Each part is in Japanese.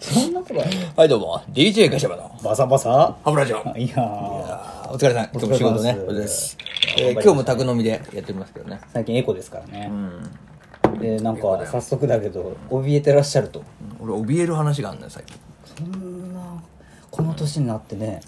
そんなことない。はい、どうも。DJ ガシャバのバサバサ。ハブラジオ。いやーあーお疲れさん。今日も仕事ね。おお疲れ様疲れでですす。えー今日も宅飲みでやってますけどね。最近エコですからね。うん。で、なんか、早速だけど、怯えてらっしゃると。俺、怯える話があんのよ、最近。そんな、この年になってね、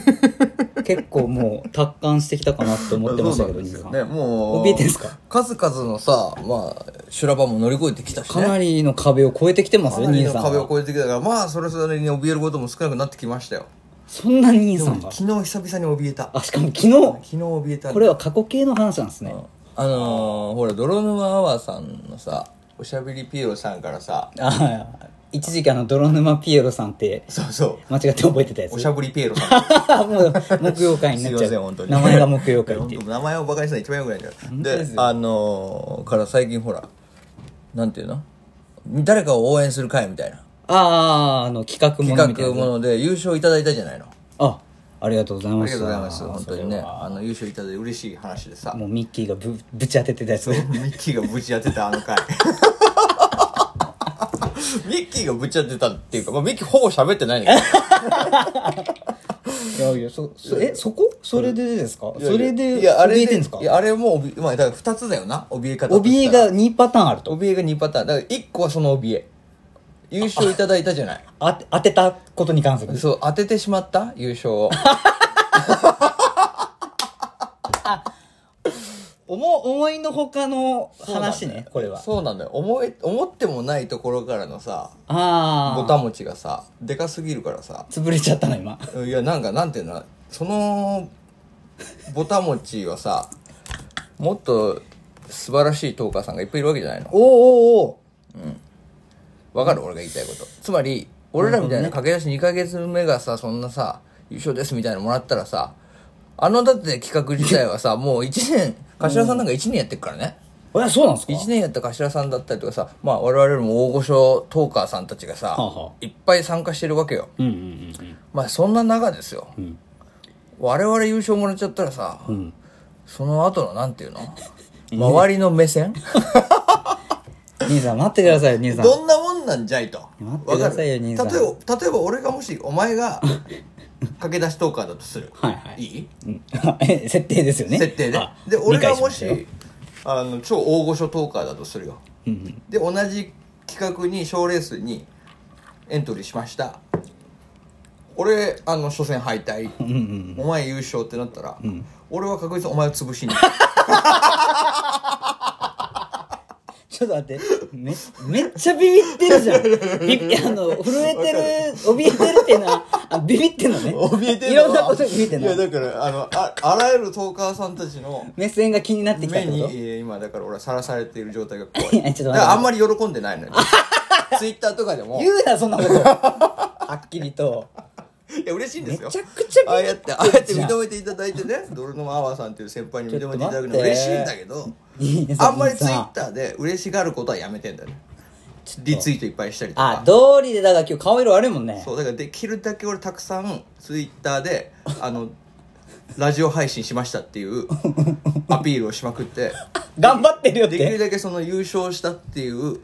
結構もう、達観してきたかなって思ってましたけど、そう兄なさんん。ですよね。もう。怯えてんすか数々のさ、まあ、修羅場も乗り越えてきたしね。かなりの壁を越えてきてますかよ、なり兄のさん壁をは。越えてきたから、まあ、それぞれに怯えることも少なくなってきましたよ。そんなに兄さんが。昨日久々に怯えた。あ、しかも昨日、昨日怯えたんだこれは過去形の話なんですね。あのー、ほら、泥沼アワーさんのさ、おしゃべりピエロさんからさ、ああ、一時期あの、泥沼ピエロさんって、そうそう。間違って覚えてたやつおし。ゃぶりピエロさん。もう、木曜会にすなっいちゃう。ません、本当に。名前が木曜会っていう本。当名前を馬鹿にしたら一番よくないんだよ。当で、ですよあのー、から最近ほら、なんていうの誰かを応援する会みたいな。ああ、あの、企画ものみ企たい画な。もので優勝いただいたじゃないの。あ、ありがとうございあまりした。がとうございます。本当にそね。れはあの、優勝いただいて嬉しい話でさ。 もうミッキーがぶぶち当ててたやつそう、。ミッキーがぶち当てたあの回。 ミッキーがぶち当てたっていうか、まあ、ミッキーほぼ喋ってないんだけいど。やいや、そ、そえ、そこそれでですかいやいや それで、いやあれ怯えてんですかいやあれも怯えまあだから二つだよな怯え方と怯しえたらが2パターンあると。怯えが2パターンだから1個はその怯え優勝いただいたじゃないあて当てたことに関する。そう当ててしまった優勝 を思、思いのほかの話ね、これは。そうなんだよ思え思ってもないところからのさああ。ボタン持ちがさでかすぎるからさ潰れちゃったな、今。いやなんかなんていうのそのボタン持ちはさもっと素晴らしいトーカーさんがいっぱいいるわけじゃないのおおおおわかる俺が言いたいことつまり俺らみたいな駆け出し2ヶ月目がさそんなさ優勝ですみたいなのもらったらさあのだって企画自体 はさもう1年頭さんなんか1年やってるからねお。え、そうなんですか1年やった頭さんだったりとかさまあ我々よりも大御所トーカーさんたちがさはあはいっぱい参加してるわけようんうんうんまあそんな中ですようん。我々優勝もらっちゃったらさうん。うん。その後のなんていうの周りの目線兄さん、待ってください、兄さん。どんなもんなんじゃいと。待ってくださいよわかる兄さん例えば、例えば俺がもし、お前が、駆け出しトーカーだとする。はいはいいうんえ 設定ですよね設定であ。で、俺が理解もまし、あの、超大御所トーカーだとするよ。たようんで、同じ企画に、賞レースにエントリーしました。俺、あの、初戦敗退。うんうんお前優勝ってなったら、ん俺は確実にお前を潰しに行く。 ちょっと待ってめめっちゃビビってる じゃんビビあの震えてる怯えてるっていうのはあビビってんのね怯えているろんなことにビビってんいや、のだから、あの、 ああらゆるトーカーさんたちの、目線が気になってきたって目こにとえー今だから俺はさらされている状態が怖 いやいちょっと待ってだからあんまり喜んでない のよツイッターとかでも言うなそんなこと はっきりといや嬉しいんですよめちゃくちゃビビってんじゃんああやってああやって認めていただいてね泥沼アワーさんっていう先輩に認めていただくのは嬉しいんだけどいいねあんまりツイさッターで嬉しがることはやめてんだねちょっとリツイートいっぱいしたりとあか道理でだから今日顔色悪いもんねそうだからできるだけ俺たくさんツイッタ ーであのラジオ配信しましたっていうアピールをしまくって頑張ってるよっできるてだけその優勝したっていう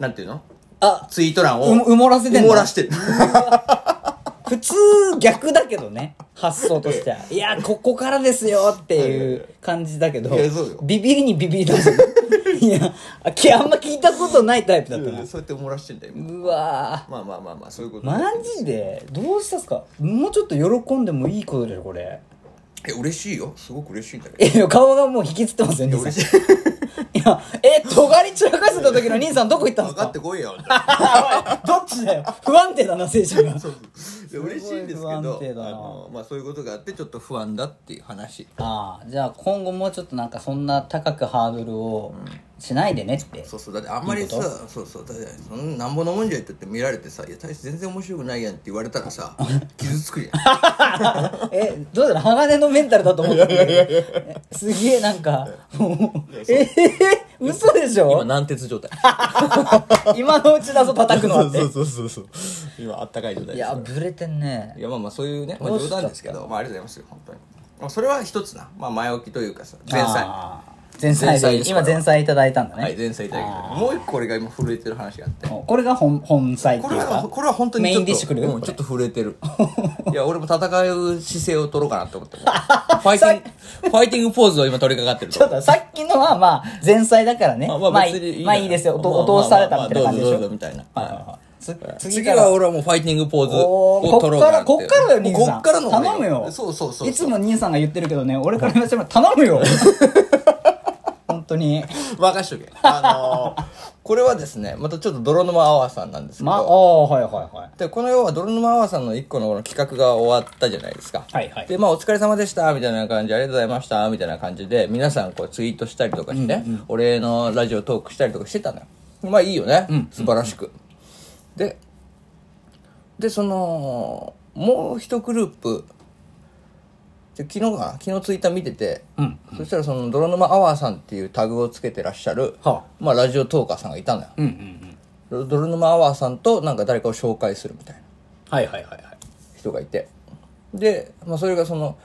なんていうのあツイート欄をう埋もらせてんの埋もらしてる 普通逆だけどね発想としてはいやここからですよっていう感じだけどいやそうよビビりにビビりだ しいやあきあんま聞いたことないタイプだ ったなそうやって漏らしてんだよ今うわまあまあまあまあそういうこーとマジでどうしたっすかもうちょっと喜んでもいいことでしょこれえ嬉しいよすごく嬉しいんだけどいや顔がもう引きつってますよ兄さんいやえ尖り散らかしてた時の兄さんどこ行ったんで分すか かってこいよあ おいどっちだよ不安定だな精神がいや嬉しいんですけすごい不安ど定だなあのまあそういうことがあってちょっと不安だっていう話ああじゃあ今後もうちょっとなんかそんな高くハードルをしないでねって、そうそうだってあんまりさそうそうだってそんななんぼのもんじゃいってって見られてさ「いや大して全然面白くないやん」って言われたら さ傷つくやんえどうだろう鋼のメンタルだと思ってたんだけどえすげえなんかもうええ嘘でしょ軟鉄状態今のうちだぞ叩くのはってうそうそうそう今あったかい状態いやぶれてんねいやまあまあそういうね、まあ、どうし冗ちゃった談ですけどまあありがとうございますよ本当にまあそれは一つな、まあ、前置きというかさ前菜あ前菜前菜でです今前菜いただいたんだね、はい、前菜いただきますもう一個俺が今震えてる話があって。おこれが本本菜ってこいれうは、かこれは本当にメちイょっとンディッシュくるうんちょっと震えてる。 いや、俺も戦う姿勢を取ろうかなと 思って。ファイティング、ファイティングポーズを今取り掛かってるとちょこっとさっきのはまあ前菜だからねままああまあ別にいいいんじゃないいまあいいですよおとまあまあお通されたみたいな感じでしどうょぞどうぞみたいなはいはいはいつ次次かはら俺はもうファイティングポーズおをーこ取ろっうかかなっらてこっからだよ兄さんこっからの頼むよそうそうそういつも兄さんが言ってるけどね俺から言わせてもらう頼む よ本当に任しとけあ のーこれはですねまたちょっと泥沼アワーさんなんですけまあどおーはいはいはいでこの要は泥沼アワーさんの一個のこの企画が終わったじゃないですかはいはいでまあお疲れ様でしたみたいな感じありがとうございましたみたいな感じで皆さんこうツイートしたりとかして、お礼のラジオトークしたりとかしてたのよまあいいよね、素晴らしく、ででそのもう一グループで昨日かな昨日ツイッター見てて、うんそしたらその泥沼アワーさんっていうタグをつけてらっしゃる、はまあ、ラジオトーカーさんがいたのよ、うんうんうん泥沼アワーさんとなんか誰かを紹介するみたいなはいはいはいはい人がいてで、まあ、それがその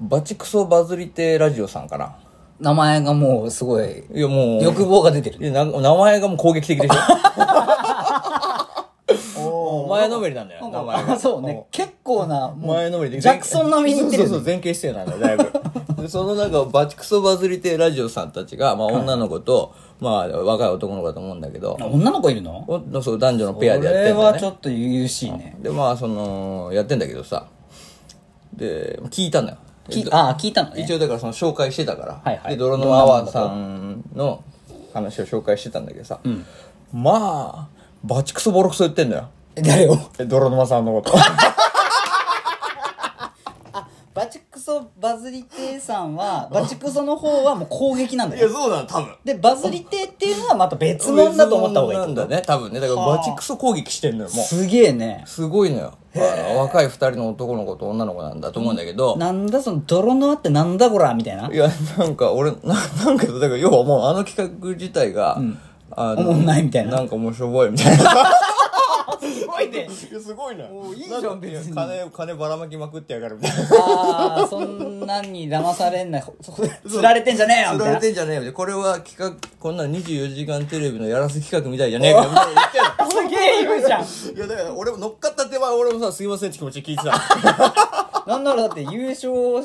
バチクソバズりてラジオさんかな名前がもうすごいいやもう欲望が出てるいやな名前がもう攻撃的 でしょ前のめりなんだよ名前があそうね結構なもう前のめりでジャクソン並みにいってるよねそうそうそう前傾姿勢なんだよだい ぶでその中バチクソバズりてラジオさんたちが、まあ、女の子と、まあ、若い男の子だと思うんだけど女の子いるのおそう男女のペアでやって俺んだよねはちょっと優々しいねでまあそのやってんだけどさで聞いたんだよきああ聞いたのね一応だからその紹介してたから、はいはいで泥沼アワーさんの話を紹介してたんだけどさ、まあバチクソボロクソ言ってんだよえ誰をえ泥沼さんの ことバチクソバズリテーさんはバチクソの方はもう攻撃なんだよそうだ多分でバズリテーっていうのはまた別物だと思った方がいいなんだね多分ねだからバチクソ攻撃してんのよもうすげえねすごいのよあの若い二人の男の子と女の子なんだと思うんだけど、なんだその泥の輪ってなんだこらみたいないやなんか俺ななんかだから要はもうあの企画自体が、あのおもんないみたいななんか面白いみたいなすごいねいやすごいなもういいじゃん別に金金ばらまきまくってやがるみたいなああそんなんに騙されんな釣られてんじゃねえよみ釣たらいれなてんじゃねえよみたいなこれは企画こんな24時間テレビのやらせ企画みたいじゃねえかみたいな言ってんのすげえ言うじゃんいやだから俺も乗っかった手前俺もさすいませんって気持ちで聞いてたなんならだって優勝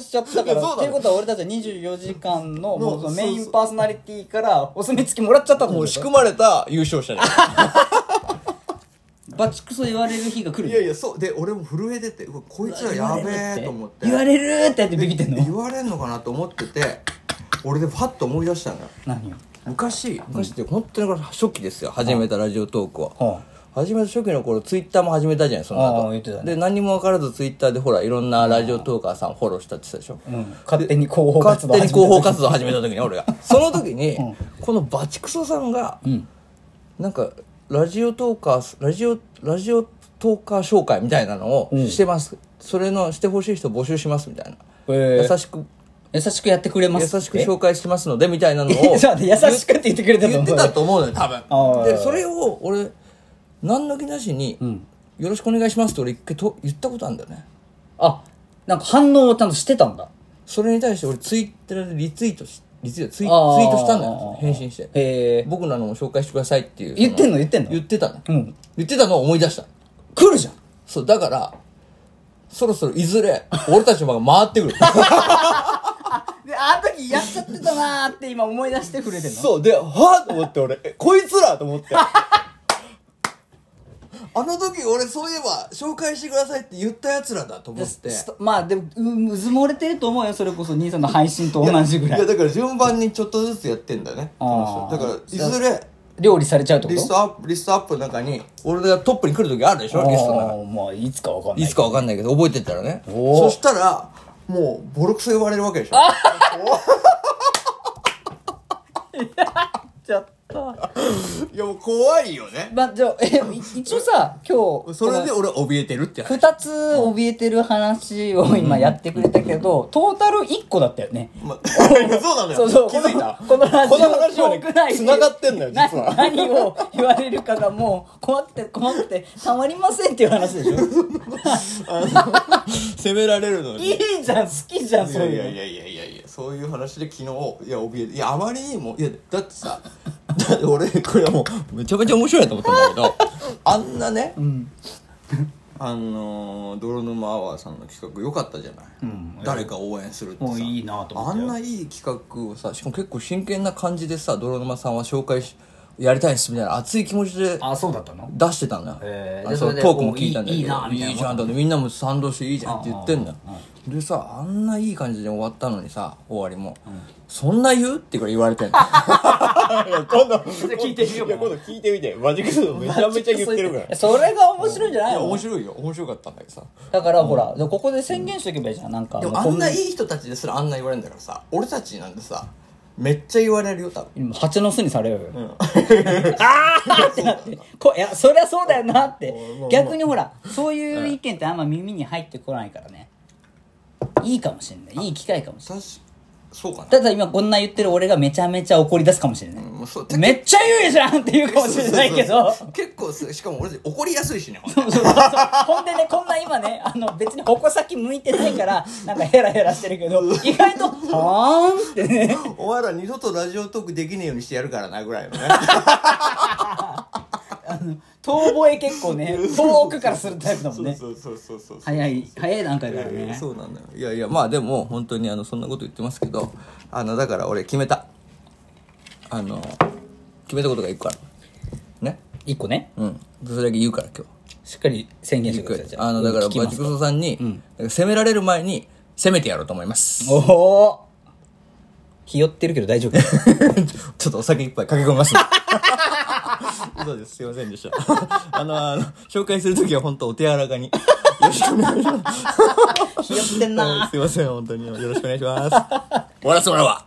しちゃったかいやらそうだねっていうことは俺たちは24時間のもうそのそうメインパーソナリティからお墨付きもらっちゃったと も思うう仕組まれた優勝者だよバチクソ言われる日が来るいやいやそうで俺も震えててうわこいつらやべえと思 って言われるってやってビビってんの言われんのかなと思ってて俺でパッと思い出したのよ何よ昔昔って本当にこれ初期ですよ始めたラジオトークを、は始めた初期の頃ツイッターも始めたじゃないその後ああ言ってたねで何にも分からずツイッターでほらいろんなラジオトーカーさんフォローしたって言ってたでしょ、うん、勝手に広報活勝動を手に始め広た報活動始めた時に俺がその時に、このバチクソさんが、なんかラジオトーカーラジオラジオトーカー紹介みたいなのをしてます、それのしてほしい人募集しますみたいな、へえ優しく優しくやってくれま優すしく紹介しますのでみたいなのをえ ちょっと待って優しくって言ってくれたと言思っうてたと思うのよ多あ分あでそれを俺何の気なしに、よろしくお願いします」って俺一回と言ったことあるんだよねあなんか反応をちゃんとしてたんだそれに対して俺ツイッターでリツイートしリツイートツイツイああートしたんだよ返信してへえ僕のあの紹介してくださいっていう言ってんのそ言ってんの言ってたの、うん言ってたのを思い出した来るじゃんそうだからそろそろいずれ俺たちの番が回ってくるであの時やっちゃってたなーって今思い出してくれてんのそうではあと思って俺えこいつらと思って あの時俺そういえば紹介してくださいって言ったやつらだと思ってストまあでもううずもれてると思うよそれこそ兄さんの配信と同じぐらいやだから順番にちょっとずつやってんだよねあーだからいずれ料理されちゃうってこリとストアップリストアップの中に俺がトップに来る時あるでしょリストの中あーまあいつかわかんないいつかわかんないけど覚えてったらねおーそしたらもうボロクソ言われるわけでしょちゃった いやもう怖いよねまあじゃあえ一応さ今日それで俺怯えてるって話2つ怯えてる話を今やってくれたけど、トータル1個だったよね。ま そうなのよそうそう、気づいたこのこのラジオこの話はねトーク内で繋がってんのよ実はな 何を言われるかがもう怖くて怖くてたまりませんっていう話でしょ 責められるのに いいじゃん、好きじゃん、そういうの。やいやいやいやいやそういう話で昨日いや怯えていやあまりにもいやだってさだって俺これはもうめちゃめちゃ面白いなと思ったんだ けどあんなね、んあのー泥沼アワーさんの企画良かったじゃない、うん誰か応援するってもさういいなと思っあたよんないい企画をさしかも結構真剣な感じでさ泥沼さんは紹介しやりたいですみたいな熱い気持ちであそうだったの出してたんだよ、へーあでそそれうでトークも聞いたんだけどいいなみたいなじゃんだってみんなも賛同していいじゃんって言ってんだよでさあんないい感じで終わったのにさ終わりも、そんな言うって言われてん の今度聞いてみようかな度聞いてみてマジックスめちゃめちゃ言ってるからいそれが面白いんじゃないや面の白いよ面白かったんだけどさだからほら、ここで宣言しとけばいいじゃんなんかでももうあこんんなないい人たちですらあんな言われるんだからさ俺たちなんてさめっちゃ言われるよ多分蜂の巣にされようよ、 ああってなってこいやそりゃそうだよなって逆にほらそういう意見ってあんま耳に入ってこないからねいいかもしれないいい機会かもしれ確かそうかなないただ今こんな言ってる俺がめちゃめちゃ怒り出すかもしれない、もう そう めっちゃ言うじゃんって言うかもしれないけどそうそうそう 結構すしかも俺たち怒りやすいしねほんとそうそうそうほんでねこんな今ねあの別に矛先向いてないからなんかヘラヘラしてるけど意外と「はーん」ってね お前ら二度とラジオトークできねえようにしてやるからなぐらいのね遠吠え結構ね遠くからするタイプだもんねうそうそうそう早い早い段階からえーねそうなんだよいやいやまあでも本当にあのそんなこと言ってますけどあのだから俺決めたあの決めたことが一個あるね一個ねうんそれだけ言うから今日しっかり宣言してくださいじゃあのだから聞きまバすチクソさんに、だから攻められる前に攻めてやろうと思いますおおひよってるけど大丈夫 ちょっとお酒一杯駆け込みますね 嘘ですすいませんでした あのあの紹介する時は本当お手柔らかによろしくお願いしますひよってんなはいすいません本当によろしくお願いします終わらせてもらうわ